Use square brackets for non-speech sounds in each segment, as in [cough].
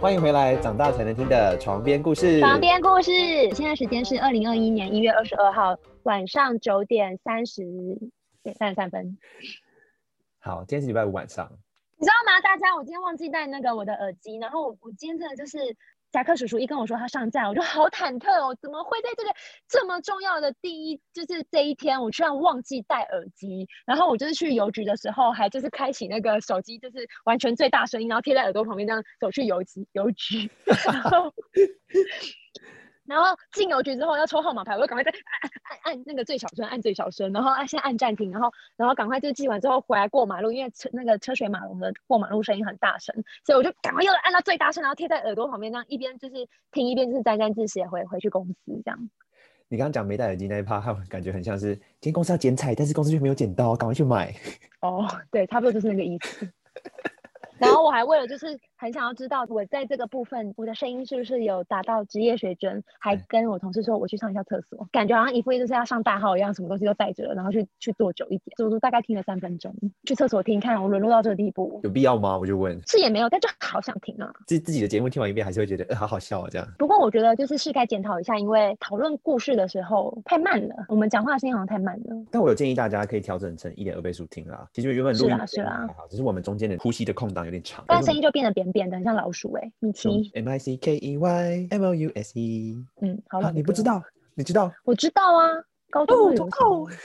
欢迎回来，长大才能听的床边故事。床边故事，现在时间是二零二一年一月二十二号晚上九点三十三十三分。好，今天是礼拜五晚上。你知道吗，大家，我今天忘记带那个我的耳机，然后我我今天真的就是夹克叔叔一跟我说他上架，我就好忐忑哦，怎么会在这个这么重要的第一就是这一天，我居然忘记带耳机，然后我就是去邮局的时候，还就是开启那个手机，就是完全最大声音，然后贴在耳朵旁边这样走去邮局邮局，然后然后进邮局之后要抽号码牌，我就赶快再按按按那个最小声，按最小声，然后按先按暂停，然后然后赶快就记完之后回来过马路，因为车那个车水马龙的过马路声音很大声，所以我就赶快又按到最大声，然后贴在耳朵旁边，这样一边就是听一边就是沾沾自喜回回去公司这样。你刚刚讲没戴耳机那一趴，感觉很像是今天公司要剪彩，但是公司却没有剪到，赶快去买。哦， [laughs] 对，差不多就是那个意思。 [laughs] 然后我还为了就是很想要知道我在这个部分我的声音是不是有达到职业水准，还跟我同事说我去上一下厕所，感觉好像一副就是要上大号一样，什么东西都带着了，然后去去坐久一点，足足大概听了三分钟，去厕所听看我沦落到这个地步，有必要吗？我就问。是也没有，但就好想听啊。自自己的节目听完一遍，还是会觉得，呃，好好笑啊，这样。不过我觉得就是是该检讨一下，因为讨论故事的时候太慢了，我们讲话的声音好像太慢了。但我有建议大家可以调整成一点二倍速听啦。其实原本录是音啦是啦还好，只是我们中间的呼吸的空档有点长。但声音就变得扁扁的，很像老鼠哎、米奇。 M I C K E Y M O U S E。嗯，好啊了，，你不知？道，你知道？哦嗯我知道啊，高中会流行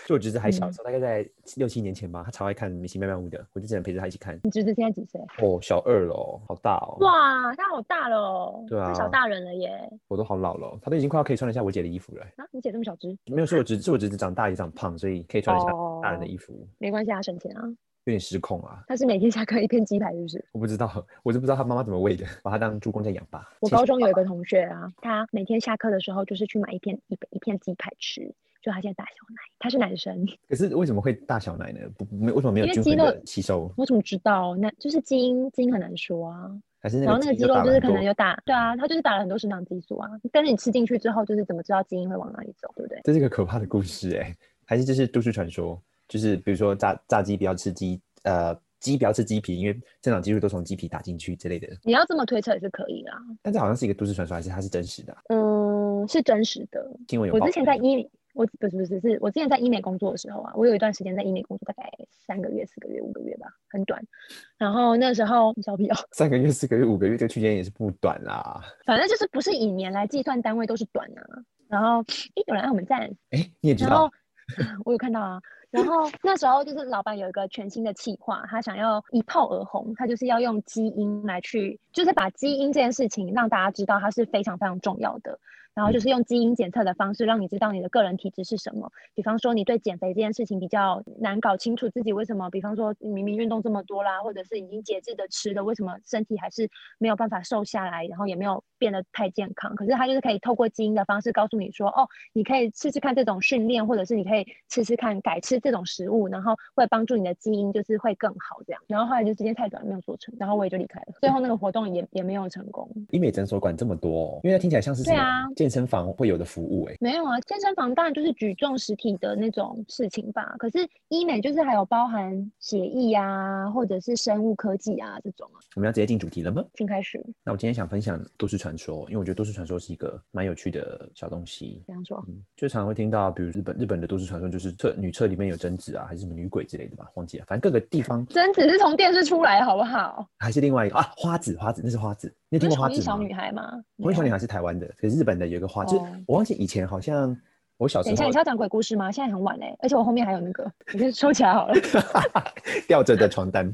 就我侄子还小的时候，大概在六七年前吧，他超爱看《明星妙妙屋》的，我就只能陪着他一起看。你侄子现在几岁？哦，小二了哦，好大哦，哇，他好大了哦，对啊他小大人了耶！我都好老了哦，他都已经快要可以穿得下我姐的衣服了。欸啊，你姐这么小只，没有，是我侄，是我侄子长大也长胖，所以可以穿得下大人的衣服，没关系啊，省钱啊。有点失控啊。他是每天下课一片鸡排，是不是？我不知道，我都不知道他妈妈怎么喂的，把他当猪公在养吧。我谢谢高中有一个同学啊，他每天下课的时候就是去买一片一一片鸡排吃，就他现在大小奶，他是男生，可是为什么会大小奶呢？不，没有为什么没有因为均衡肌肉的吸收？我怎么知道？那就是基因，基因很难说啊。还是那然后那个个肌肌肉肉打就了是很可多？能有打，对啊，他就是打了很多生长激素啊。但是你吃进去之后，就是怎么知道基因会往哪里走，对不对？这是个可怕的故事哎、还是这是都市传说？就是比如说炸炸鸡不要吃鸡，呃，鸡不要吃鸡皮，因为生长激素都从鸡皮打进去之类的。你要这么推测也是可以啦。但这好像是一个都市传说，还是它是真实的啊、嗯，是真实的。新闻有我报之前在道医，我不是不是是，我之前在医美工作的时候啊，我有一段时间在医美工作，大概三个月、四个月、五个月吧，很短。然后那时候你小屁哦，三个月、四个月、五个月这个区间也是不短啦。反正就是不是以年来计算单位都是短啊。然后诶，有人按我们赞，哎，你也知然道后 [laughs] 我有看到啊。然后那时候就是老板有一个全新的企划，他想要一炮而红，他就是要用基因来去，就是把基因这件事情让大家知道它是非常非常重要的。然后嗯就是用基因检测的方式，让你知道你的个人体质是什么。比方说，你对减肥这件事情比较难搞清楚自己为什么，比方说你明明运动这么多啦，或者是已经节制的吃的，为什么身体还是没有办法瘦下来，然后也没有变得太健康？可是它就是可以透过基因的方式告诉你说，哦，你可以试试看这种训练，或者是你可以试试看改吃这种食物，然后会帮助你的基因就是会更好这样。然后后来就时间太短没有做成，然后我也就离开了。最后那个活动也也没有成功。医美诊所管这么多、哦，因为它听起来像是什对啊么健身房会有的服务哎、没有啊，健身房当然就是举重实体的那种事情吧。可是医美就是还有包含血液啊，或者是生物科技啊这种啊。我们要直接进主题了吗？先开始那我今天想分享都市传说，因为我觉得都市传说是一个蛮有趣的小东西。这样说，嗯，就常常会听到，比如日本日本的都市传说，就是厕女厕里面有贞子啊，还是什么女鬼之类的吧，忘记了。反正各个地方真只是从电视出来的好不好？还是另外一个啊，花子花子，那是花子，你有听过不是花红衣子小女吗？孩吗？红衣小没女有孩是台湾的，可是日本的有一个花，就是哦我忘记以前好像我小时等一下，候你是要讲鬼故事吗？现在很晚嘞、欸而且我后面还有那个，我先收起来好了。吊着的床单。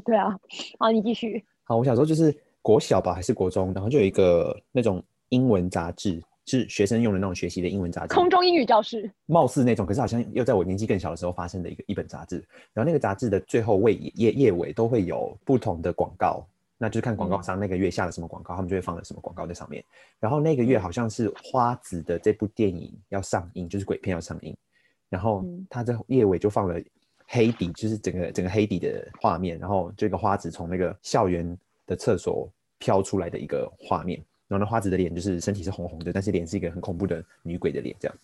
[laughs] 对啊，好，你继续。好，我小时候就是国小吧，还是国中，然后就有一个那种英文杂志，是学生用的那种学习的英文杂志，空中英语教室，貌似那种，可是好像又在我年纪更小的时候发生的一个一本杂志。然后那个杂志的最后尾页页尾都会有不同的广告，那就是看广告商那个月下了什么广告，他们就会放了什么广告在上面。然后那个月好像是花子的这部电影要上映，就是鬼片要上映，然后嗯它在页尾就放了黑底，就是整个整个黑底的画面，然后这个花子从那个校园的厕所飘出来的一个画面。然后那花子的脸就是身体是红红的，但是脸是一个很恐怖的女鬼的脸这样。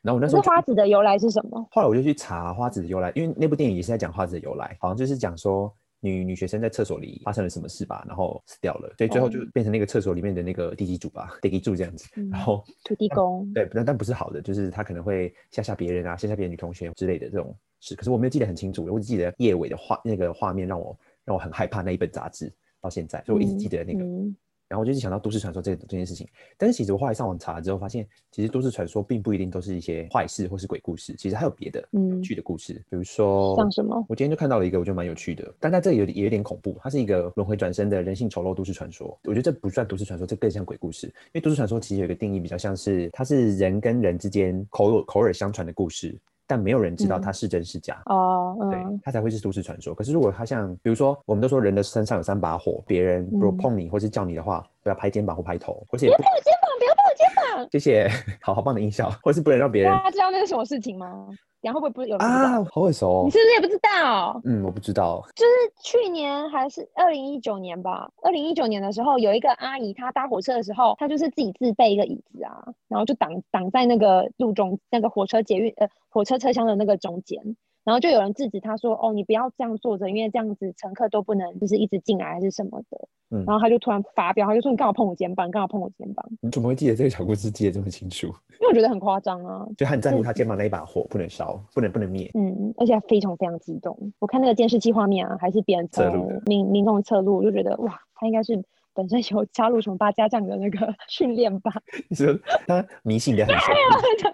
然后我那可时是候就花子的由来是什么？后来我就去查花子的由来，因为那部电影也是在讲花子的由来，好像就是讲说女女学生在厕所里发生了什么事吧，然后死掉了，所以最后就变成那个厕所里面的那个地基主吧，地基主这样子。哦嗯然后土地公，对，但但不是好的，就是他可能会吓吓别人啊，吓吓别的女同学之类的这种事。可是我没有记得很清楚，我只记得叶尾的画那个画面让我让我很害怕那一本杂志到现在，所以我一直记得那个。嗯然后我就一直想到都市传说这这件事情，但是其实我后来上网查了之后，发现其实都市传说并不一定都是一些坏事或是鬼故事，其实还有别的有嗯，趣的故事，比如说像什么？我今天就看到了一个，我觉得蛮有趣的，但在这里有点也有点恐怖。它是一个轮回转生的人性丑陋都市传说。我觉得这不算都市传说，这更像鬼故事。因为都市传说其实有一个定义，比较像是它是人跟人之间口耳口耳相传的故事，但没有人知道嗯它是真是假。哦，对嗯，它才会是都市传说。可是如果它像，比如说，我们都说人的身上有三把火，别人如果嗯碰你或是叫你的话，不要拍肩膀或拍头，或是也不要不碰我肩膀，不要碰我肩膀。谢谢， [laughs] 好好棒的音效，或是不能让别人大家知道那是什么事情吗？然后会不会不有人不知道？啊，好耳熟、你哦是。不是也不知道？嗯，我不知道，就是去年还是二零一九年吧，二零一九年的时候，有一个阿姨，她搭火车的时候，她就是自己自备一个椅子啊，然后就挡挡在那个路中那个火车捷运呃火车车厢的那个中间，然后就有人制止她说：“哦，你不要这样坐着，因为这样子乘客都不能就是一直进来还是什么的。”嗯然后她就突然发飙，她就说：“你干嘛碰我肩膀？你干嘛碰我肩膀你怎么会记得这个小故事记得这么清楚？？”因为我觉得很夸张啊，就他很在乎他肩膀那一把火不能烧，不能不能灭。 [laughs] 嗯，而且还非常非常激动。我看那个监视器画面啊，还是别人侧从录的民民众侧录，我就觉得哇，他应该是本身有加入什么八家将的那个 [laughs] 训练吧？你说他迷信的很深。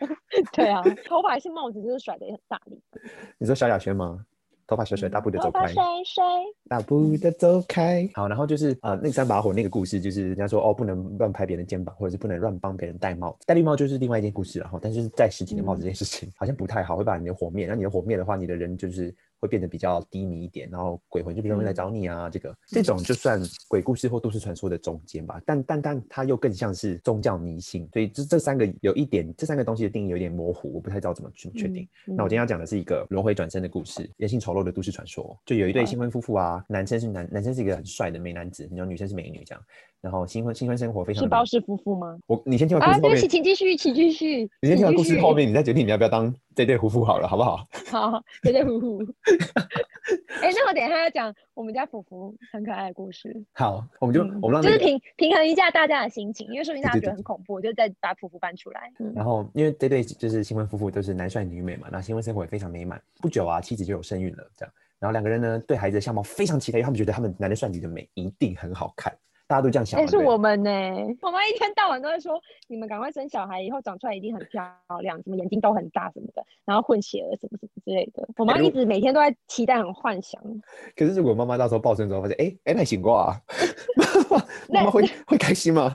啊对啊，头发还是帽子，就是甩的也很大力。你说萧亚轩吗？头发甩甩，大步的走头发开，甩甩，大步的走开。好，然后就是呃，那三把火那个故事，就是人家说哦，不能乱拍别人肩膀，或者是不能乱帮别人戴帽子。戴绿帽就是另外一件故事了哈，然后但是戴实体的帽子这件事情、好像不太好，会把你的火灭。那你的火灭的话，你的人就是会变得比较低迷一点，然后鬼魂就比较容易来找你啊。这个这种就算鬼故事或都市传说的中间吧，但但但它又更像是宗教迷信，所以这这三个有一点，这三个东西的定义有点模糊，我不太知道怎么去确定。嗯。那我今天天要讲的是一个轮回转生的故事，人性丑陋的都市传说。就有一对好新婚夫妇啊，男生是男，男生是一个很帅的美男子，然后女生是美女这样。然后新婚新婚生活非常是的包美。氏夫妇吗？我你先听完故啊，事后对不面，起，请继续，请继续，你先听完请故继事续后面，你再决定你要不要当这对夫妇好了，好不好？好，对对夫妇。 [laughs] 哎，那我等一下要讲我们家福福很可爱的故事。好，我们就、嗯我们让就那是个。平平衡一下大家的心情，因为说不定大家对对觉得对很恐怖，我就再把普普搬出来。嗯，然后，因为这对就是新婚夫妇都是男帅女美嘛，那新婚生活也非常美满。不久啊，妻子就有身孕了，这样。然后两个人呢，对孩子的相貌非常期待，因为他们觉得他们男的帅，女的美，一定很好看。大家都这样想嘛。哎但是对不对我们呢、我妈一天到晚都在说，你们赶快生小孩，以后长出来一定很漂亮，什么眼睛都很大什么的，然后混血儿什么什么之类的。我妈哎如一直每天都在期待、很幻想。可是如果妈妈到时候抱孙之后发现，哎、哎，那醒过 [laughs] 啊，妈那妈会会开心吗？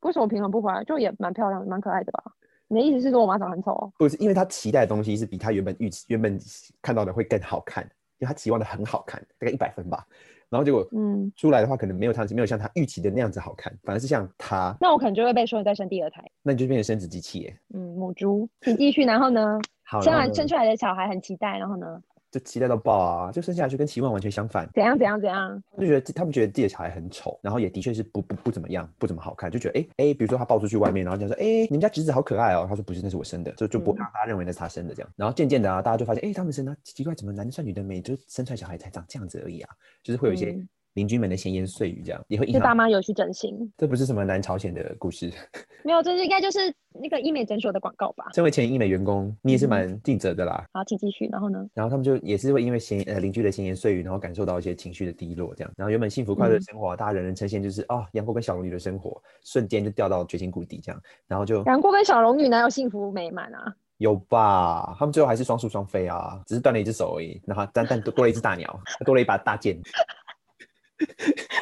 为什么平衡不回来？就也蛮漂亮的，蛮可爱的吧？你的意思是说我妈长得很丑哦？不是，因为她期待的东西是比她原本预期原本看到的会更好看，因为她期望的很好看，大概一百分吧。然后结果嗯，出来的话，可能没有她没有像她预期的那样子好看，反而是像她，那我可能就会被说你在生第二胎。那你就变成生殖机器耶。嗯，母猪，请继续。然后呢，好，生然后完呢生出来的小孩很期待，然后呢，就期待到爆啊，就生下来就跟期望完全相反。怎样怎样怎样？就觉得自他们觉得自己的小孩很丑，然后也的确是不不不怎么样，不怎么好看，就觉得哎哎，诶比如说他抱出去外面，然后讲说哎，诶你们家侄子好可爱哦，他说不是，那是我生的，就就不嗯让大家认为那是他生的这样。然后渐渐的啊，大家就发现哎，诶他们生的奇怪，怎么男的帅女的美，就生出来小孩才长这样子而已啊，就是会有一些嗯邻居们的闲言碎语这样，也会影就爸响。妈有去整形。这不是什么南朝鲜的故事。 [laughs] 没有，这是应该就是那个医美诊所的广告吧？身为前医美员工，你也是嗯蛮尽责的啦。好，请继续。然后呢？然后他们就也是会因为闲呃邻居的闲言碎语，然后感受到一些情绪的低落，这样。然后原本幸福快乐的嗯生活啊、大家人人称羡，就是啊、杨过跟小龙女的生活，瞬间就掉到绝情谷底这样。然后就杨过跟小龙女哪有幸福美满啊？有吧，他们最后还是双宿双飞啊，只是断了一只手而已。然后但但多了一只大鸟，多了一把大剑。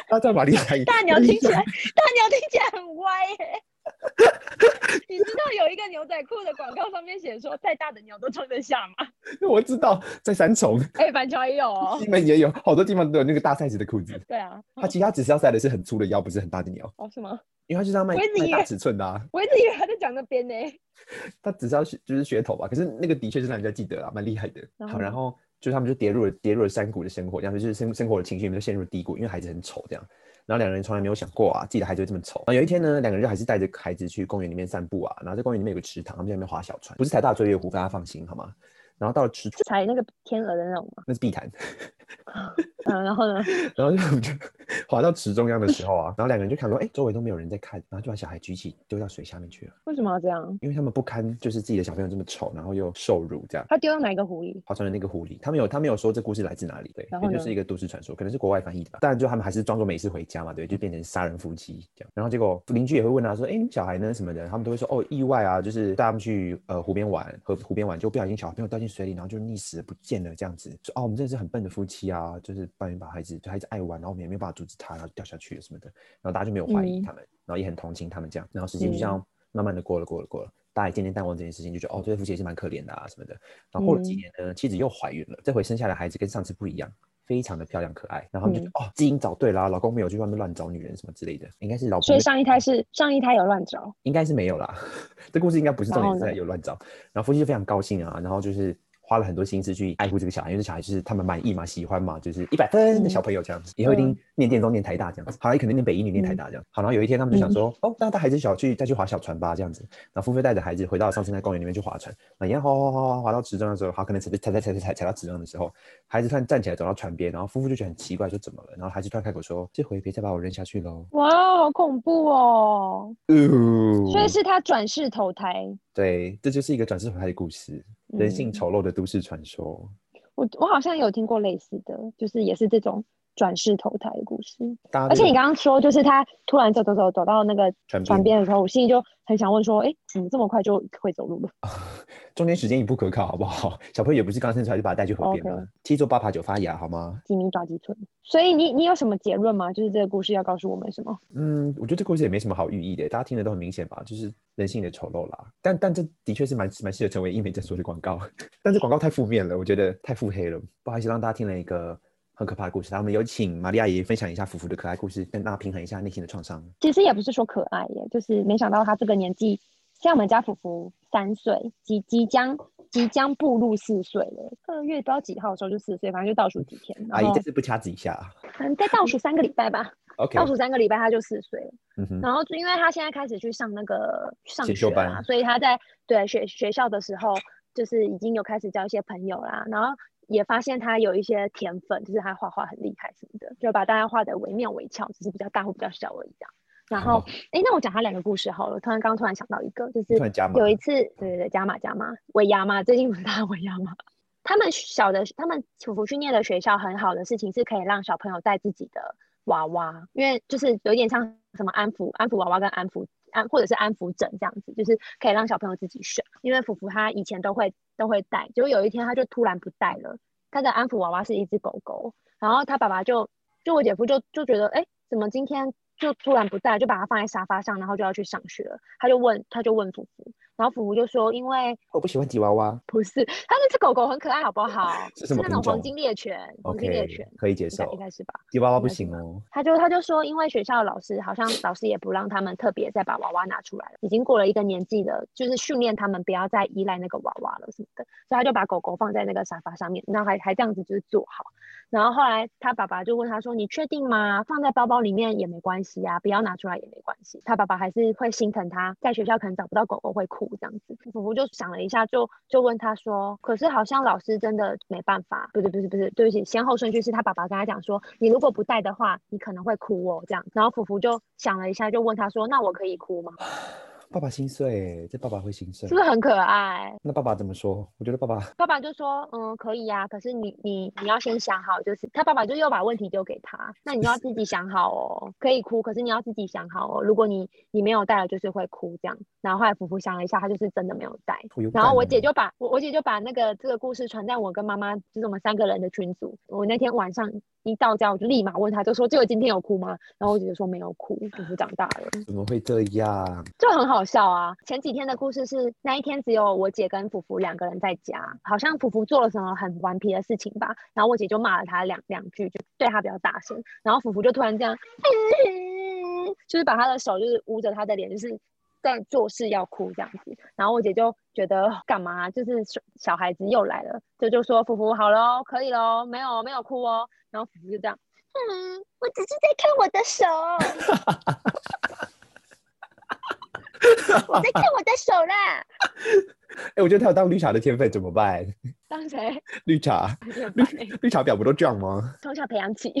他在玛丽海，大鸟听起 [laughs] 来，大鸟听起来很歪耶、 [laughs] 你知道有一个牛仔裤的广告上面写说，再大的鸟都装得下吗？我知道在三重、哎、板桥也有哦。西门也有，好多地方都有那个大 size 的裤子。对啊，他其实他只是要塞的是很粗的腰，不是很大的鸟，哦是吗？因为他就是要卖我一直卖以大为尺寸的、啊。我一直以为他在讲那边呢、他只是要学就是噱头吧，可是那个的确是让人家记得啊，蛮厉害的。然后好，呢然后就他们就跌入了跌入了山谷的生活，这样就是生生活的情绪里面就陷入低谷，因为孩子很丑这样。然后两个人从来没有想过啊，自己的孩子会这么丑。然后有一天呢，两个人就还是带着孩子去公园里面散步啊，然后在公园里面有个池塘，他们在那边划小船，不是台大追月湖，大家放心好吗？然后到了池踩那个天鹅的那种吗？那是碧潭，嗯，然后呢？然后就我们就滑到池中央的时候啊，然后两个人就看说，哎、周围都没有人在看，然后就把小孩举起丢到水下面去了，为什么要这样？因为他们不堪就是自己的小朋友这么丑，然后又受辱这样。他丢到哪一个湖里？划船的那个狐狸，他没有他没有说这故事来自哪里，对然，后也呢就是一个都市传说，可能是国外翻译的吧。当然，就他们还是装作没事回家嘛，对，就变成杀人夫妻这样。然后结果邻居也会问他说：“哎，你们小孩呢？什么的？”他们都会说：“哦，意外啊，就是带他们去呃湖边玩，和湖边玩，就不小心小朋友掉进水里，然后就溺死了不见了这样子。”说：“哦，我们真的是很笨的夫妻啊，就是不小心把孩子，就孩子爱玩，然后我们也没有办法阻止他，然后就掉下去了什么的。”然后大家就没有怀疑嗯他们，然后也很同情他们这样。然后时间就嗯这样慢慢的过了，过了，过了。大家也渐渐淡忘这件事情，就觉得哦，这对夫妻也是蛮可怜的啊什么的。然后过了几嗯年呢，妻子又怀孕了，这回生下的孩子跟上次不一样，非常的漂亮可爱。然后他们就嗯觉得、哦，基因找对啦，老公没有去外面乱找女人什么之类的，应该是老所公以上一胎是上一胎有乱找，应该是没有啦。这故事应该不是重然点，后是在呢有乱找。然后夫妻就非常高兴啊，然后就是。花了很多心思去爱护这个小孩，因为这小孩就是他们满意嘛，喜欢嘛，就是一百分的嗯小朋友这样子，以后一定念电中念台大这样子，好了，也可能念北一女念台大嗯这样。好，然后有一天他们就想说，哦，那带孩子小去再去划小船吧这样子，然后夫妇带着孩子回到上次在公园里面去划船，那一样划划划划划到池中央的时候，好，可能踩踩踩踩踩踩踩到池中央的时候，孩子突然站起来走到船边，然后夫妇就觉得很奇怪，说怎么了？然后孩子突然开口说：“这回别再把我扔下去喽。哇，好恐怖哦！”呃所以是他转世投胎。对，这就是一个转世投胎的故事，人性嗯丑陋的都市传说。我我好像有听过类似的，就是也是这种转世投胎的故事。大家而这且你个刚刚说，就是他突然走走走走到那个船船边边的时候，我心里就很想问说，哎，怎么这么快就会走路了？中间时间也不可靠，好不好？ [laughs] 小朋友也不是刚生出来就把他带去河边了 OK，七坐八爬九发芽，好吗？几米抓几寸？所以你你有什么结论吗？就是这个故事要告诉我们什么？嗯，我觉得这故事也没什么好寓意的，大家听得都很明显吧，就是人性的丑陋啦。但但这的确是蛮蛮适合成为医美诊所的广告， [laughs] 但这广告太负面了，我觉得太腹黑了，不好意思让大家听了一个很可怕的故事。那我们有请玛利亚也分享一下福福的可爱故事，跟大家平衡一下内心的创伤。其实也不是说可爱耶，就是没想到他这个年纪，像我们家福福三岁，即即将即将步入四岁了。二月不知道几号的时候就四岁，反正就倒数几天，阿然姨后这次不掐指一下啊可能再倒数三个礼拜吧， ，OK，倒数三个礼拜他就四岁了。嗯哼，然后就因为他现在开始去上那个上进修学啦，班所以他在对学学校的时候，就是已经有开始交一些朋友啦，然后也发现他有一些甜粉，就是他画画很厉害什么的，就把大家画的惟妙惟肖，只是比较大或比较小而已这样。然后好，哎、那我讲他两个故事好了。突然刚刚突然想到一个，就是突然加码嗯有一次，对对对，加码加码，尾牙嘛，最近不是大尾牙嘛。他们小的，他们福福去念的学校很好的事情是可以让小朋友带自己的娃娃，因为就是有点像什么安抚安抚娃娃跟安抚安或者是安抚枕这样子，就是可以让小朋友自己选。因为福福他以前都会都会带，结果有一天他就突然不带了，他的安抚娃娃是一只狗狗，然后他爸爸就就我姐夫就就觉得哎怎么今天就突然不带，就把它放在沙发上，然后就要去上学了。他就问他就问福福，然后福福就说因为我不喜欢吉娃娃，不是，他那只狗狗很可爱，好不好？是什么那品种黄种金猎犬，黄金猎 OK，犬可以接应该受应。该是吧？吉娃娃应不该是行吧哦，他就他就说，因为学校的老师好像老师也不让他们特别再把娃娃拿出来了，已经过了一个年纪了，就是训练他们不要再依赖那个娃娃了什么的，所以他就把狗狗放在那个沙发上面，然后还还这样子就是坐好。然后后来他爸爸就问他说：“你确定吗？放在包包里面也没关系啊，不要拿出来也没关系。”他爸爸还是会心疼他，在学校可能找不到狗狗会哭这样子。福福就想了一下，就就问他说：“可是好像老师真的没办法，不是不是不是，对不起，先后顺序是他爸爸跟他讲说，你如果不带的话，你可能会哭哦这样。”然后福福就想了一下，就问他说：“那我可以哭吗？爸爸心碎，这爸爸会心碎是。不是啊很可爱？”那爸爸怎么说？我觉得爸 [laughs] 爸爸爸就说，嗯，可以呀、可是你你你要先想好，就是他爸爸就又把问题丢给他，那你要自己想好哦，可以哭，可是你要自己想好哦，如果你你没有带了，就是会哭这样。然后后来福福想了一下，他就是真的没有带。好勇敢然哦。后我姐就把我我姐就把那个这个故事传在我跟妈妈，就是我们三个人的群组。我那天晚上一到家，我就立马问她，就说：“这个今天有哭吗？”然后我姐就说没有哭，福福长大了。怎么会这样？就很好笑啊！前几天的故事是那一天只有我姐跟福福两个人在家，好像福福做了什么很顽皮的事情吧，然后我姐就骂了他两两句，就对他比较大声，然后福福就突然这样，就是把他的手就是捂着他的脸，就是在做事要哭这样子，然后我姐就觉得哦干嘛，就是小小孩子又来了，就就说福福好喽，可以喽，没有没有哭哦，然后福福就这样，嗯，我只是在看我的手。我在看我的手啦，哎、我觉得他有当绿茶的天分，怎么办？当谁？绿茶， [laughs] 有点烦欸绿茶婊不都这样吗？ [laughs] 从小培养起，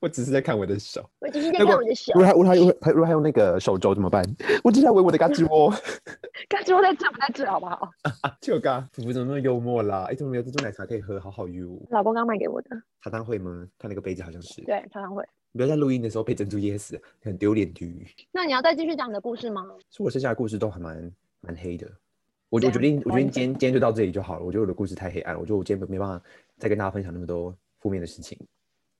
我只是在看我的手。我只是那在看个我的手如。果他如果他用他如果他用那个手肘怎么办？ [laughs] 我只想围我的嘎吱窝。 [laughs] 啊看之后在这不在这好不好？就嘎，怎么怎么那么幽默啦？哎，怎么没有珍珠奶茶可以喝？好好哟。老公刚卖给我的，茶汤会吗？看那个杯子好像是。对，常常会。你不要在录音的时候被珍珠噎死，很丢脸的。那你要再继续讲你的故事吗？所以我剩下的故事都还蛮蛮黑的。我这我样决定，我决好定今天今天就到这里就好了。我觉得我的故事太黑暗了，我觉得我今天没办法再跟大家分享那么多负面的事情。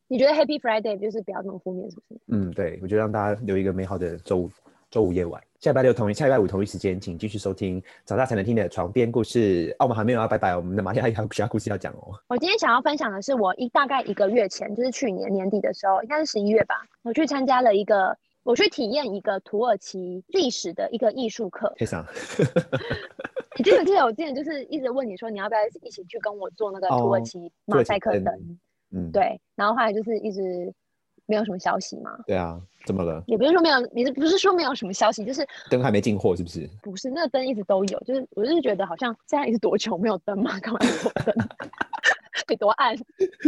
你觉得 Happy Friday 就是不要那么负面，是不是？嗯，对，我觉得让大家留一个美好的周五周五夜晚。下礼拜六同一下礼拜五同一时间，请继续收听早大才能听的床边故事。澳门还没有要拜拜哦，我们的马上还有其他故事要讲哦。我今天想要分享的是，我一大概一个月前，就是去年年底的时候，应该是十一月吧，我去参加了一个，我去体验一个土耳其历史的一个艺术课。配上你记不记得我之前就是一直问你说你要不要一起去跟我做那个哦土耳其土马耳其赛克灯灯？嗯，对，然后后来就是一直没有什么消息嘛，对啊，怎么了？也不是说没有，你不是说没有什么消息，就是灯还没进货是不是？ [laughs] 不是那个灯一直都有，就是我就是觉得好像现在一直多久没有灯嘛，干嘛有灯？ [laughs] 得多暗！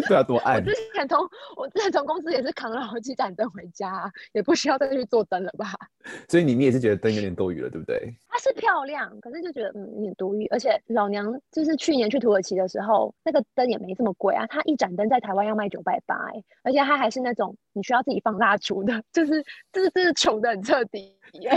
对啊，多我暗。之前从我之前从公司也是扛了好几盏灯回家、也不需要再去做灯了吧？所以你你也是觉得灯有点多余了，对不对？它是漂亮，可是就觉得嗯有点独立，而且老娘就是去年去土耳其的时候，那个灯也没这么贵啊，它一盏灯在台湾要卖九百八，欸而且它还是那种你需要自己放蜡烛的，就是就是就是穷的很彻底耶、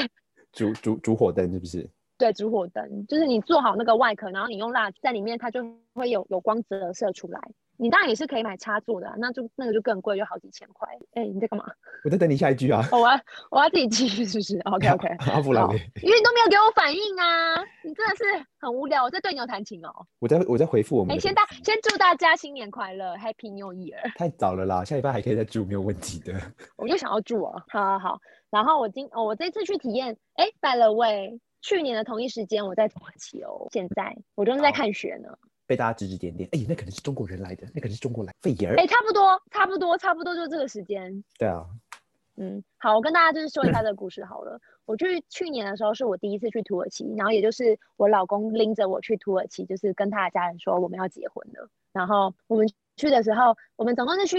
烛烛烛火灯是不是？对，烛火灯就是你做好那个外壳，然后你用蜡在里面，它就会有有光折射出来。你当然也是可以买插座的啊、那就那个就更贵，就好几千块。哎、你在干嘛？我在等你下一句啊。哦，我要我要自己继续，是不是？OK OK， [laughs] 阿布兰好嘞，因为你都没有给我反应啊，你真的是很无聊。我在对牛弹琴哦。我在我在回复我们哎、的粉丝。先大先祝大家新年快乐，Happy New Year！太早了啦，下礼拜还可以再住，没有问题的。我就想要祝啊，好好好。然后我今哦，我这次去体验，哎、by the way，去年的同一时间我在土耳其哦，现在我正在好看雪呢。被大家指指点点，哎、那可能是中国人来的，那可能是中国来肺炎。哎、差不多，差不多，差不多就这个时间。对啊，嗯，好，我跟大家就是说一下这个故事好了。我去去年的时候是我第一次去土耳其，然后也就是我老公拎着我去土耳其，就是跟他的家人说我们要结婚了。然后我们去的时候，我们总共是去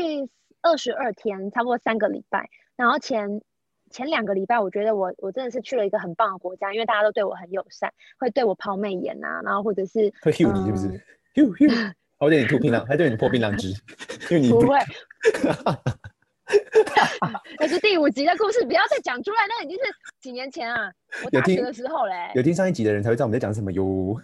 二十二天，差不多三个礼拜。然后前前两个礼拜，我觉得我我真的是去了一个很棒的国家，因为大家都对我很友善，会对我抛媚眼啊，然后或者是嗯会 h 你是不是？hue [laughs] hue，他会对你吐槟榔，还对你泼槟榔汁，因为你不 [laughs] 会。那是第五集的故事，不要再讲出来，那已经是几年前啊，我有大学听的时候嘞，有听上一集的人才会知道我们在讲什么哟。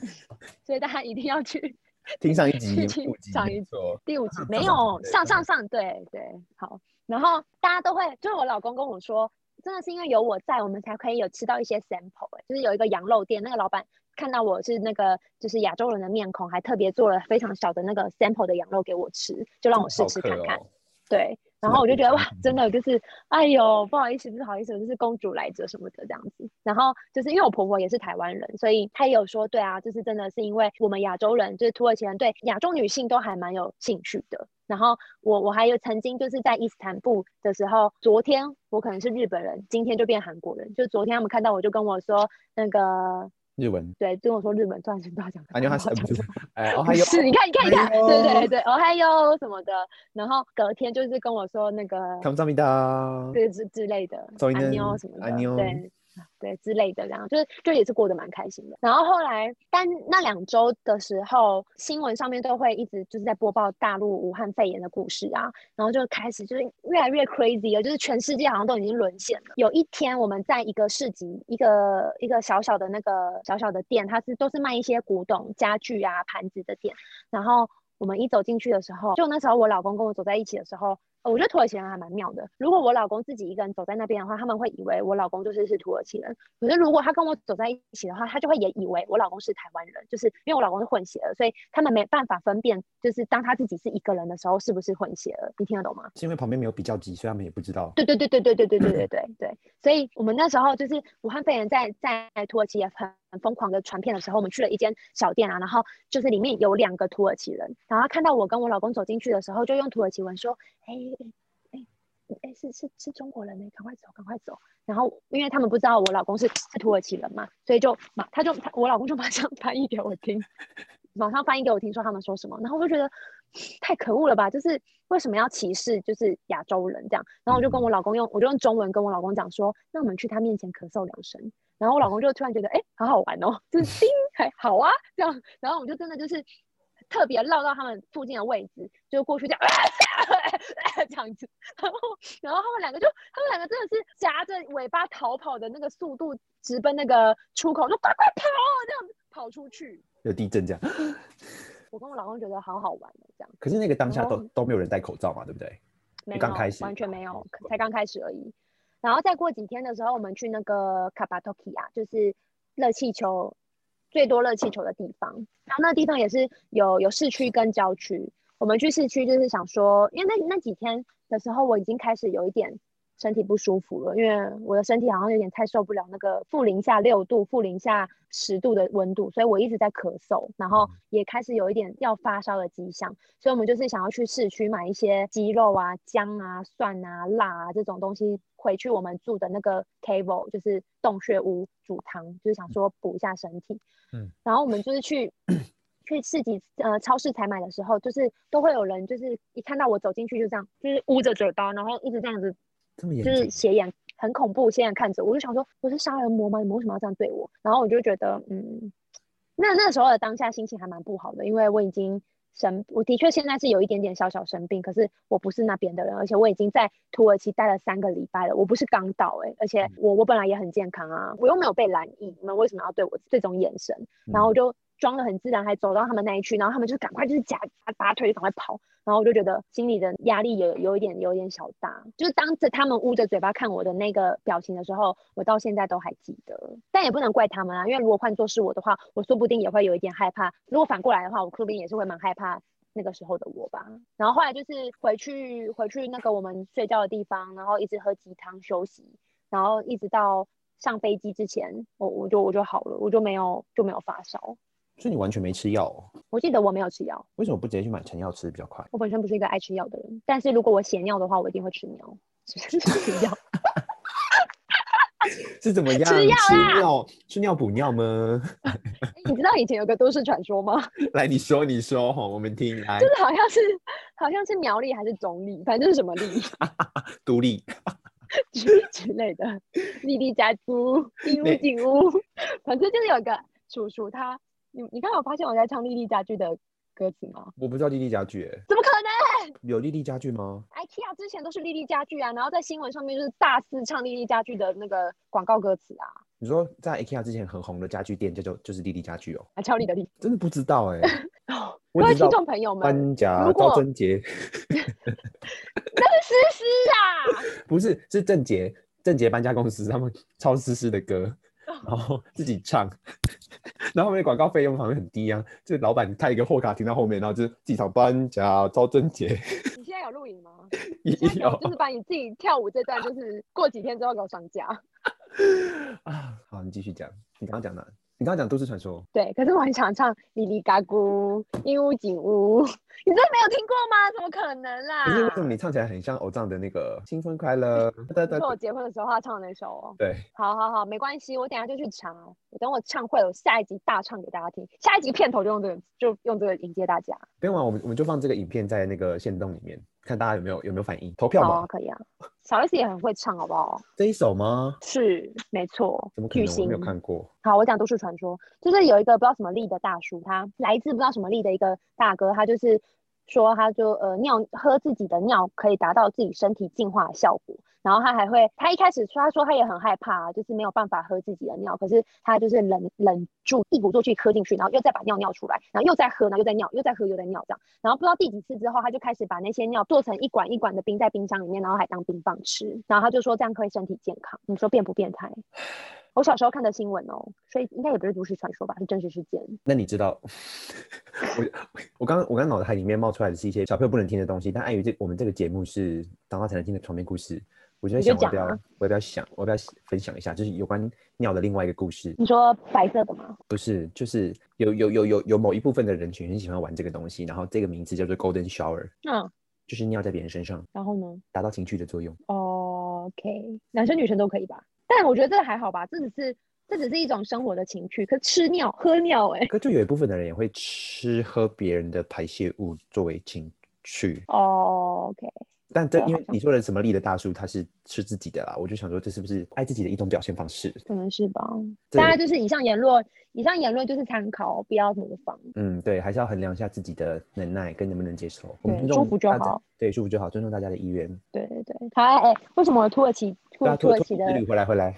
所以大家一定要去听上一集，去听录集上一没错第五集上，没啊上上有对上上上，对对，好。然后大家都会，就是我老公跟我说，真的是因为有我在，我们才可以有吃到一些 sample，、欸、就是有一个羊肉店，那个老板看到我是那个就是亚洲人的面孔，还特别做了非常小的那个 sample 的羊肉给我吃，就让我试吃看好看。客哦对，然的后我就不觉得一哇，真的就是，哎呦，不好意思，不是好意思，我就是公主来着什么的这样子。然后就是因为我婆婆也是台湾人，所以她也有说，对啊，就是真的是因为我们亚洲人，就是土耳其人对亚洲女性都还蛮有兴趣的。然后我我还有曾经就是在伊斯坦布的时候，昨天我可能是日本人，今天就变韩国人。就昨天他们看到我就跟我说那个，日 [laughs] 文。对，跟我说日本段是不知道讲什么，安妞哈不知道斯，讲不什是么， [laughs] 哎，哦不还有，是，你看，你看，你看，哎呦对对对，哦嗨哟什么的，然后隔天就是跟我说那个，他们上面的，对之之类的，走一安阵妞什么的，安妞对对之类的，这样就是就也是过得蛮开心的。然后后来，但那两周的时候，新闻上面都会一直就是在播报大陆武汉肺炎的故事啊，然后就开始就是越来越 crazy 了，就是全世界好像都已经沦陷了。有一天我们在一个市集，一个一个小小的那个小小的店，它是都是卖一些古董家具啊、盘子的店，然后。我们一走进去的时候，就那时候我老公跟我走在一起的时候，呃我觉得土耳其人还蛮妙的。如果我老公自己一个人走在那边的话，他们会以为我老公就是是土耳其人。可是如果他跟我走在一起的话，他就会也以为我老公是台湾人，就是因为我老公是混血儿，所以他们没办法分辨，就是当他自己是一个人的时候是不是混血儿。你听得懂吗？是因为旁边没有比较级，所以他们也不知道。对对对对对对对对对对对，所以我们那时候就是武汉肺炎在在土耳其也很很疯狂的传遍的时候，我们去了一间小店啊，然后就是里面有两个土耳其人，然后他看到我跟我老公走进去的时候，就用土耳其文说：“哎哎哎哎，是是是中国人呢、欸赶快走，赶快走。然后因为他们不知道我老公是是土耳其人嘛，所以就马他就他我老公就马上 [laughs] 翻译给我听，马上翻译给我听说他们说什么，然后我就觉得太可恶了吧，就是为什么要歧视就是亚洲人这样？然后我就跟我老公用我就用中文跟我老公讲说，那我们去他面前咳嗽两声。然后我老公就突然觉得，哎、好好玩哦，就是叮，还好啊，这样。然后我们就真的就是特别绕到他们附近的位置，就过去这样， [laughs] 这样子。然后，然后他们两个就，他们两个真的是夹着尾巴逃跑的那个速度，直奔那个出口，就快快跑啊这样子跑出去。有地震这样。我跟我老公觉得好好玩哦，这样可是那个当下都、哦都没有人戴口罩嘛，对不对？没有，刚开始完全没有哦，才刚开始而已。然后再过几天的时候，我们去那个卡巴托基亚，就是热气球最多热气球的地方。然后那地方也是有有市区跟郊区。我们去市区就是想说，因为那那几天的时候，我已经开始有一点身体不舒服了，因为我的身体好像有点太受不了那个负零下六度、负零下十度的温度，所以我一直在咳嗽，然嗯后也开始有一点要发烧的迹象。所以我们就是想要去市区买一些鸡肉啊、姜啊、蒜啊、辣啊这种东西，回去我们住的那个 cable 就是洞穴屋煮汤，就是想说补一下身体。嗯，然后我们就是去去市集呃超市采买的时候，就是都会有人就是一看到我走进去就这样，就是捂着嘴巴，然后一直这样子这么严就是重，斜眼很恐怖，斜眼看着我，我就想说我是杀人魔吗？你们为什么要这样对我？然后我就觉得，嗯，那那时候的当下心情还蛮不好的，因为我已经生，我的确现在是有一点点小小生病，可是我不是那边的人，而且我已经在土耳其待了三个礼拜了，我不是刚到哎、而嗯且我我本来也很健康啊，我又没有被染疫，你们为什么要对我这种眼神？嗯然后我就装的很自然，还走到他们那一区，然后他们就赶快就是夹夹拔腿就赶快跑，然后我就觉得心里的压力有有一点有一点小大，就是当着他们捂着嘴巴看我的那个表情的时候，我到现在都还记得，但也不能怪他们啊，因为如果换作是我的话，我说不定也会有一点害怕，如果反过来的话，我说不定也是会蛮害怕。那个时候的我吧，然后后来就是回去回去那个我们睡觉的地方，然后一直喝鸡汤休息，然后一直到上飞机之前，我我就我就好了，我就没有就没有发烧。所以你完全没吃药、哦，我记得我没有吃药，为什么不直接去买成药吃比较快？我本身不是一个爱吃药的人，但是如果我血尿的话，我一定会吃尿， [laughs] 吃 [laughs] 药。是怎么样？吃药啦吃尿是尿补尿吗？ [laughs] 诶你知道以前有个都市传说吗？来，你说，你说，吼，我们听。来就，是好像是好像是苗栗还是中立，反正就是什么栗独立， [laughs] 之之类的，丽丽家猪，进屋那进屋，反正就是有一个叔叔他，你你刚好发现我在唱丽丽家居的歌词吗？我不知道丽丽家具、欸，怎么可能？有丽丽家具吗？ IKEA 之前都是丽丽家具啊，然后在新闻上面就是大肆唱丽丽家具的那个广告歌词啊，你说在 IKEA 之前很红的家具店，叫做就是丽丽家具哦，啊，俏丽的 [laughs] 丽。真的不知道哎、哦我各位只知道听众朋友们，搬家如果赵贞杰，那是诗诗啊，不是是郑杰，郑杰搬家公司他们抄诗诗的歌，哦然后自己唱，然后他们的广告费用好像很低啊，就是老板开一个货卡停到后面，然后就是自己唱搬家赵贞 [laughs] 杰，你现在有录影 [laughs] 吗？也现在给我有就是把你自己跳舞这段，就是过几天之后给我上架。 [laughs] 啊。好，你继续讲，你刚刚讲的，你刚刚讲都市传说，对，可是我很想唱哩哩嘎咕，鹦鹉警屋， [laughs] 你真的没有听过吗？怎么可能啦可？是为什么你唱起来很像偶像的那个新婚快乐？哒哒是哒我结婚的时候他唱的那首哦。对，好好好，没关系，我等一下就去查。哦我等我唱会，我下一集大唱给大家听。下一集片头就用这个，就用这个迎接大家。不用完，我们我们就放这个影片在那个线洞里面，看大家有没有有没有反应，投票好啊，嘛。可以啊。小 S 也很会唱，好不好？这一首吗？是，没错怎么，可巨能？我星没。有看过。好，我讲都市传说，就是有一个不知道什么力的大叔，他来自不知道什么力的一个大哥，他就是说，他就呃尿喝自己的尿可以达到自己身体净化的效果，然后他还会，他一开始说他说他也很害怕，啊就是没有办法喝自己的尿，可是他就是忍忍住一鼓作气喝进去，然后又再把尿尿出来，然后又再喝，然后又再尿，又再喝又再尿这样，然后不知道第几次之后，他就开始把那些尿做成一管一管的冰在冰箱里面，然后还当冰棒吃，然后他就说这样可以身体健康，你说变不变态？我小时候看的新闻哦，所以应该也不是都市传说吧，是真实事件。那你知道， [laughs] 我我刚我刚脑海里面冒出来的是一些小朋友不能听的东西，但碍于这我们这个节目是长大才能听的床边故事，我就在你就想我要不讲要啊我要不要想我要不要分享一下，就是有关尿的另外一个故事，你说白色的吗？不是就是有有有有有某一部分的人群很喜欢玩这个东西，然后这个名字叫做 Golden Shower。嗯，就是尿在别人身上，然后呢达到情趣的作用。 ？OK，男生女生都可以吧？但我觉得这个还好吧，这只是这只是一种生活的情趣。可吃尿喝尿、欸，可就有一部分的人也会吃喝别人的排泄物作为情趣，哦，OK，但这对因好为像你说的什么力的大叔他是吃自己的啦，我就想说这是不是爱自己的一种表现方式？可能是吧。对大家就是以上言论，以上言论就是参考，不要模仿。嗯，对，还是要衡量一下自己的能耐跟能不能接受。我们对尊重舒服就大家好，对，舒服就好，尊重大家的意愿。啊对对对，好，哎、哎为什么土耳其土大家土耳其之的旅回来回来，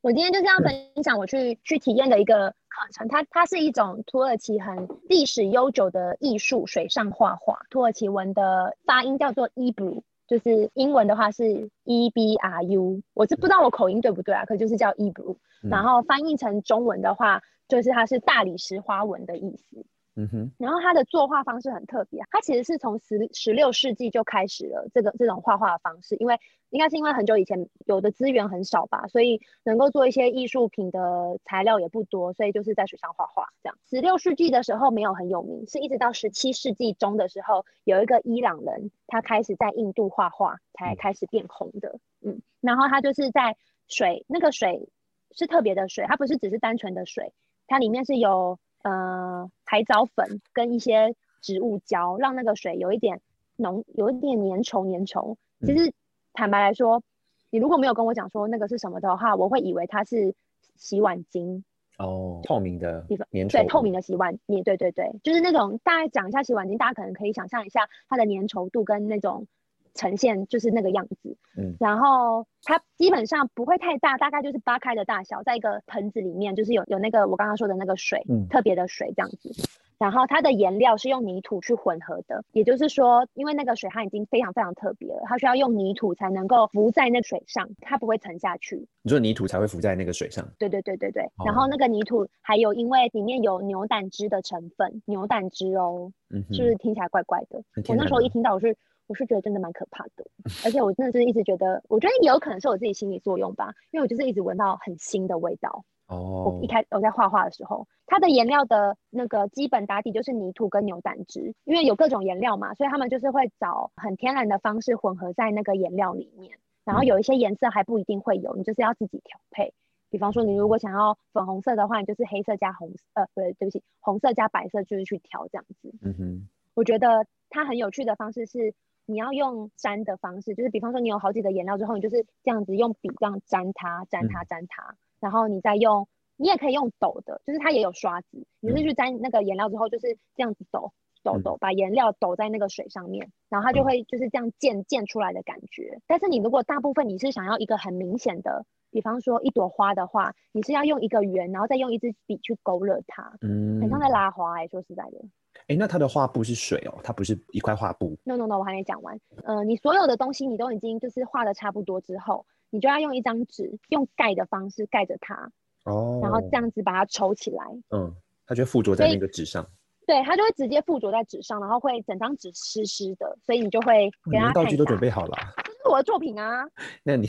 我今天就是要分享我去去体验的一个课程，它它是一种土耳其很历史悠久的艺术——水上画画。土耳其文的发音叫做 Ebru，就是英文的话是 E B R U。我是不知道我口音对不对啊，可就是叫 Ebru。嗯然后翻译成中文的话，就是它是大理石花纹的意思。嗯哼，然后它的作画方式很特别，它其实是从十十六世纪就开始了这个这种画画的方式，因为应该是因为很久以前有的资源很少吧，所以能够做一些艺术品的材料也不多，所以就是在水上画画这样。十六世纪的时候没有很有名，是一直到十七世纪中的时候，有一个伊朗人他开始在印度画画，才嗯开始变红的。嗯，然后他就是在水那个水是特别的水，它不是只是单纯的水，它里面是有呃海藻粉跟一些植物胶，让那个水有一点浓，有一点粘稠粘稠。其嗯实坦白来说，你如果没有跟我讲说那个是什么的话，我会以为它是洗碗巾，哦，透明的地方粘稠，对，透明的洗碗你对对对，就是那种大概讲一下洗碗巾，大家可能可以想象一下它的粘稠度跟那种呈现就是那个样子。嗯然后它基本上不会太大，大概就是八开的大小，在一个盆子里面，就是有有那个我刚刚说的那个水，嗯特别的水这样子。然后它的颜料是用泥土去混合的，也就是说，因为那个水它已经非常非常特别了，它需要用泥土才能够浮在那水上，它不会沉下去。你说泥土才会浮在那个水上。对对对对对。哦然后那个泥土还有因为里面有牛胆汁的成分，牛胆汁哦，嗯哼，是不是听起来怪怪的？很我天那然时候的一听到，我是我是觉得真的蛮可怕 [laughs] 的，而且我真的是一直觉得，我觉得也有可能是我自己心理作用吧，因为我就是一直闻到很腥的味道。哦我一，开我在画画的时候，它的颜料的那个基本打底就是泥土跟牛胆汁，因为有各种颜料嘛，所以他们就是会找很天然的方式混合在那个颜料里面。然后嗯有一些颜色还不一定会有，你就是要自己调配。比方说，你如果想要粉红色的话，你就是黑色加红，呃，不对，对不起，红色加白色就是去调这样子。嗯哼，我觉得它很有趣的方式是，你要用粘的方式，就是比方说你有好几个颜料之后，你就是这样子用笔这样粘它、粘嗯它、粘它，然后你再用，你也可以用抖的，就是它也有刷子，你就是去粘那个颜料之后，就是这样子抖。抖嗯抖，把颜料抖在那个水上面，然后它就嗯会就是这样溅溅出来的感觉。但是你如果大部分你是想要一个很明显的，比方说一朵花的话，你是要用一个圆，然后再用一支笔去勾勒它，嗯，很像在拉花哎、说实在的。哎，那它的画布是水哦，它不是一块画布。 no no no，我还没讲完。呃，你所有的东西你都已经就是画的差不多之后，你就要用一张纸，用盖的方式盖着它，哦，然后这，样子把它抽起来。嗯，它就会附着在所以那个纸上。对，它就会直接附着在纸上，然后会整张纸湿湿的，所以你就会哇哦你给它们看道一下。具都准备好了啊，这是我的作品啊，那你，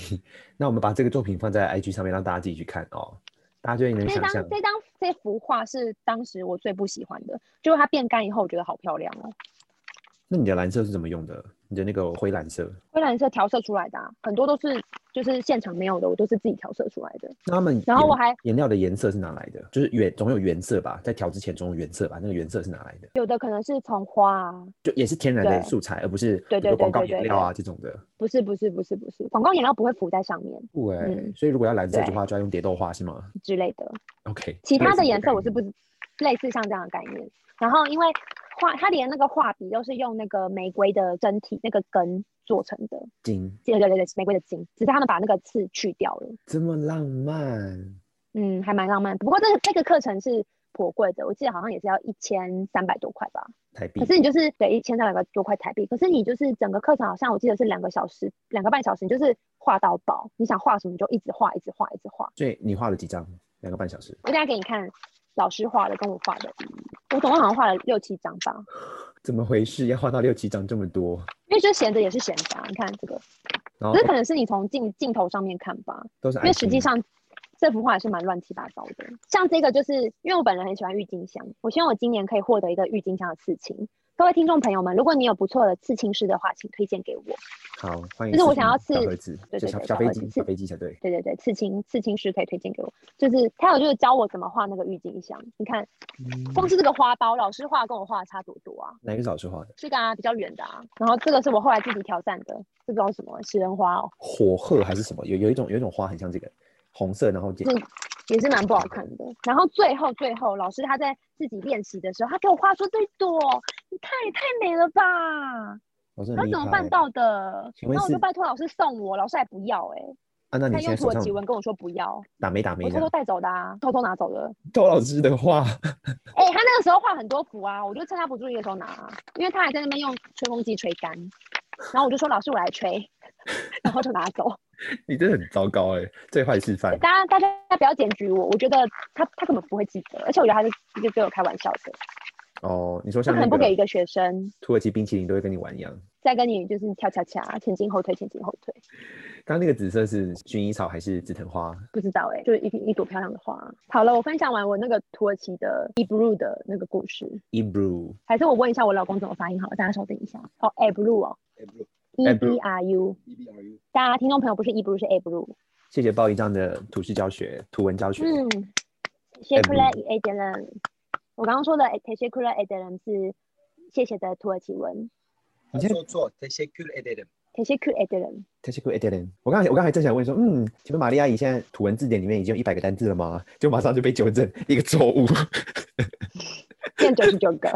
那我们把这个作品放在 IG 上面，让大家自己去看哦，大家就能这想象张。这张这幅画是当时我最不喜欢的，就是它变干以后，我觉得好漂亮哦，那你的蓝色是怎么用的？你的那个灰蓝色，灰蓝色调色出来的、啊，很多都是就是现场没有的，我都是自己调色出来的。那他们然后颜我还颜料的颜色是哪来的？就是原总有原色吧，在调之前总有原色吧，那个原色是哪来的？有的可能是从花啊，就也是天然的对素材，而不是对对比如对广告对对颜料啊这种的。不是不是不是不是，广告颜料不会浮在上面对，嗯所以如果要蓝色的对话，就要用蝶豆花是吗之类的。 ？OK，其他的颜色我类似是的不知类似像这样的概念。然后因为画，它连那个画笔都是用那个玫瑰的真体那个根做成的，概念金，对对对对，玫瑰的茎，只是他们把那个刺去掉了。这么浪漫，嗯，还蛮浪漫。不过这个这个课程是颇贵的，我记得好像也是要一千三百多块吧。台币可是你就是对一千三百多块台币，可是你就是整个课程好像我记得是两个小时，两个半小时，你就是画到饱，你想画什么你就一直画，一直画，一直画。所以你画了几张？两个半小时，我等下给你看老师画的跟我画的，我总共好像画了六七张吧，怎么回事？要画到六七张这么多，因为就闲着也是闲着、啊。你看这个，然后可是可能是你从镜镜头上面看吧，都是因为实 IG 际上这幅画也是蛮乱七八糟的。像这个就是因为我本人很喜欢郁金香，我希望我今年可以获得一个郁金香的刺青。各位听众朋友们，如果你有不错的刺青师的话，请推荐给我。好，欢迎。就是我想要刺小盒子，对对就对小小小飞盒子机，刺小飞机才对。对对对，刺青刺青师可以推荐给我。就是他有就是教我怎么画那个郁金香，你看光是这个花苞，老师画跟我画的差多多啊。哪一个是老师画的？这个啊比较远的啊，然后这个是我后来自己挑战的，这不知道什么食人花哦，火鹤还是什么？有有一种有一种花很像这个，红色，然后这是也是蛮不好看的。然后最后最后，老师他在自己练习的时候，他给我画说这一朵，你看也太美了吧，老师他很厉怎么害。办欸到的？请问然后我是就拜托老师送我，老师还不要哎、啊，那他你现在用土手耳上其文跟我说不要，打没打没我这偷偷样？带走的啊，偷偷拿走的。偷老师的画，哎、他那个时候画很多幅啊，我就趁他不注意的时候拿、啊，因为他还在那边用吹风机吹干，然后我就说老师我来吹， [laughs] 然后就拿走。 [laughs] 你真的很糟糕哎、最坏示范。大家大家不要检举我，我觉得他他根本不会记得，而且我觉得他是就跟我开玩笑的，哦，你说他像可那能不给一个个学生土耳其冰淇淋都会跟你玩一样。再跟你就是跳恰恰前进后退前进后退，刚刚那个紫色是薰衣草还是紫藤花？不知道哎、就是一一朵漂亮的花。好了，我分享完我那个土耳其的 Ebru 的那个故事，？E Ebru，还是我问一下我老公怎么发音好了，大家稍等一下。哦，Ebru 哦 Ebru ，E B R U，大家听众朋友不是 Ebru 是 Ebru，谢谢报一章的图示教学、图文教学。嗯 s h e k u r a e d e l e n 我刚刚说的 t e s h e k u r a e d e l e n 是谢谢的土耳其文。你现在说错，teşekkür ederim。 teşekkür ederim。 Teşekkür ederim。我刚才我刚才正想问说，嗯，请问玛丽阿姨现在图文字典里面已经有一百个单字了吗？就马上就被纠正一个错误，变九十九 [laughs] 个，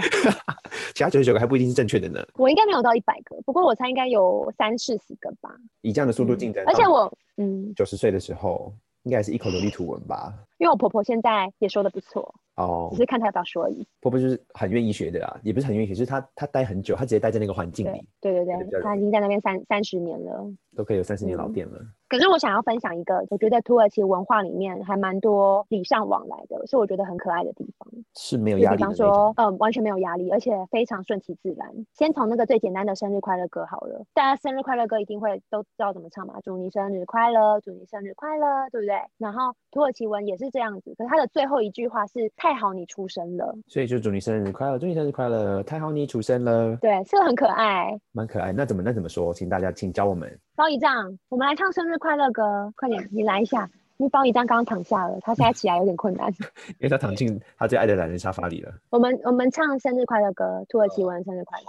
其他九十九个还不一定是正确的呢。我应该没有到一百个，不过我猜应该有三四十个吧。以这样的速度竞争，而且我，嗯，九十岁的时候，应该也是一口流利图文吧？因为我婆婆现在也说的不错，哦只，是看她要不要说而已。婆婆就是很愿意学的啊啦，也不是很愿意学，就是她她待很久，她直接待在那个环境对里，对对嗯觉得比较容对，易她已经在那边三三十年了。都可以有三十嗯年老店了。可是我想要分享一个，我觉得土耳其文化里面还蛮多礼尚往来的，是我觉得很可爱的地方。是没有就压比力的那方种。说，嗯，完全没有压力，而且非常顺其自然。先从那个最简单的生日快乐歌好了，大家生日快乐歌一定会都知道怎么唱嘛，祝你生日快乐，祝你生日快乐，对不对？然后土耳其文也是这样子，可是它的最后一句话是太好你出生了，所以就祝你生日快乐，祝你生日快乐，太好你出生了，对，是不是很可爱？蛮可爱。那怎么那怎么说？请大家请教我们。包一丈，我们来唱生日快乐歌，快点，你来一下。因为包一丈刚刚躺下了，他现在起来有点困难。因为他躺进他最爱的懒人沙发里了。我们我们唱生日快乐歌，土耳其文生日快乐。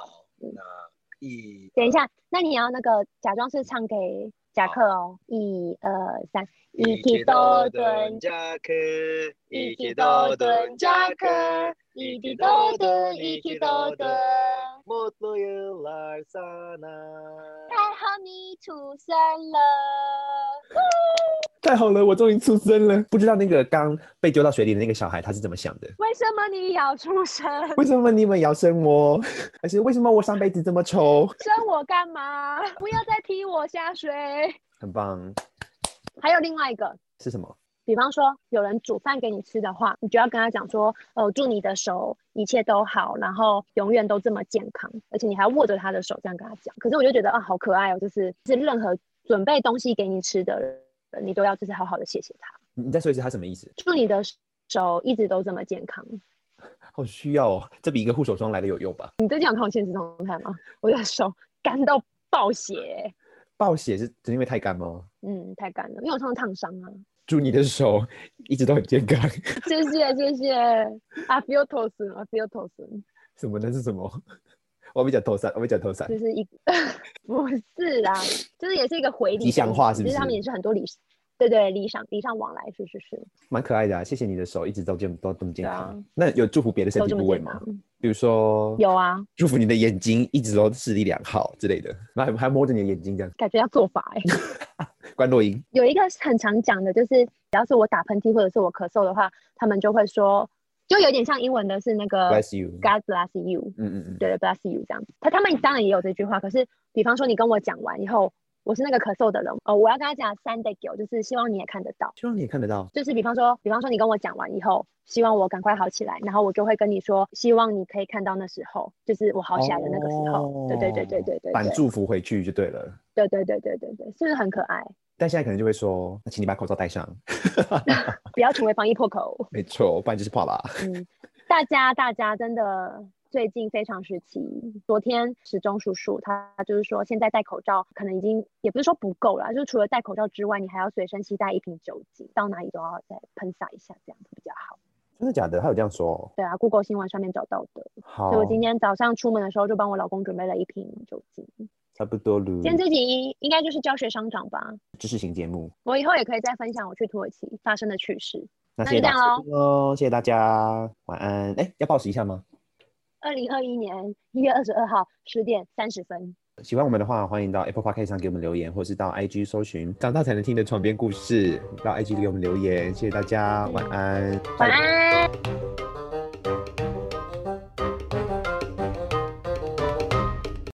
那一等一下，那你要那个假装是唱给夹克哦，一二三，一起多蹲，加克，一起多蹲夹克，一起多蹲，一起多蹲， Mutlu yıllar sana。太好你出生了。太好了，我终于出生了。不知道那个刚被丢到水里的那个小孩他是怎么想的？为什么你要出生？ [laughs] 为什么你们要生我？ [laughs] 而且为什么我上辈子这么丑？生我干嘛？不要再踢我下水。很棒，还有另外一个，是什么？比方说有人煮饭给你吃的话，你就要跟他讲说，呃，祝你的手一切都好，然后永远都这么健康，而且你还握着他的手这样跟他讲。可是我就觉得啊，好可爱哦，就是是任何准备东西给你吃的人，你都要就是好好的谢谢他，你你再说一次，他什么意思？祝你的手一直都这么健康。好需要哦，这比一个护手霜来的有用吧？你最近有看我现实动态吗？我的手干到爆血欸、暴血是只因为太干吗？嗯，太干了，因为我常常烫伤啊。祝你的手一直都很健康。 [laughs] 谢谢谢谢，啊 f e e l t o s 啊 f e e l t o s 什么？那是什么？ [laughs] 我被讲头散，我被讲头散就。是一 [laughs] 不是啦，就是也是一个回礼吉祥话的意思是不就是他们是也是很多礼，对对，礼尚礼尚往来，是是是，蛮可爱的啊！谢谢你的手一直都这么都这么健康。对啊那有祝福别的身都体这么部位健吗康？。比如说有啊，祝福你的眼睛一直都视力良好之类的，然后还还摸着你的眼睛这样。感觉要做法哎、关洛英， [laughs] 有一个很常讲的，就是只要是我打喷嚏或者是我咳嗽的话，他们就会说，就有点像英文的是那个 bless you。 God bless you，嗯嗯嗯，对对，bless you 这样。他他们当然也有这句话，可是比方说你跟我讲完以后，我是那个咳嗽的人，哦，我要跟他讲三 day 就是希望你也看得到。希望你也看得到。就是比方说，比方说你跟我讲完以后，希望我赶快好起来，然后我就会跟你说，希望你可以看到那时候，就是我好起来的那个时候。对对对对对对哦反对，祝福回去就对了。对对对对对对，是不是很可爱？但现在可能就会说，那请你把口罩戴上。不要成为防疫破口。没错，不然就是怕啦。嗯，大家大家真的最近非常时期，昨天时钟叔叔他就是说，现在戴口罩可能已经也不是说不够了，就是除了戴口罩之外，你还要随身携带一瓶酒精，到哪里都要再喷洒一下，这样子比较好。真的假的？他有这样说哦？对啊，Google 新闻上面找到的，好，所以我今天早上出门的时候就帮我老公准备了一瓶酒精。差不多了今。天这集应该就是教学商长吧，知识型节目，我以后也可以再分享我去土耳其发生的趣事。那那谢谢就这大样家咯哦，谢谢大家，晚安。哎，要报时一下吗？二零二一年一月二十二号十点三十分，喜欢我们的话，欢迎到 Apple Podcast 上给我们留言，或是到 IG 搜寻“长大才能听的床边故事”，到 IG 给我们留言。谢谢大家，晚安。晚安。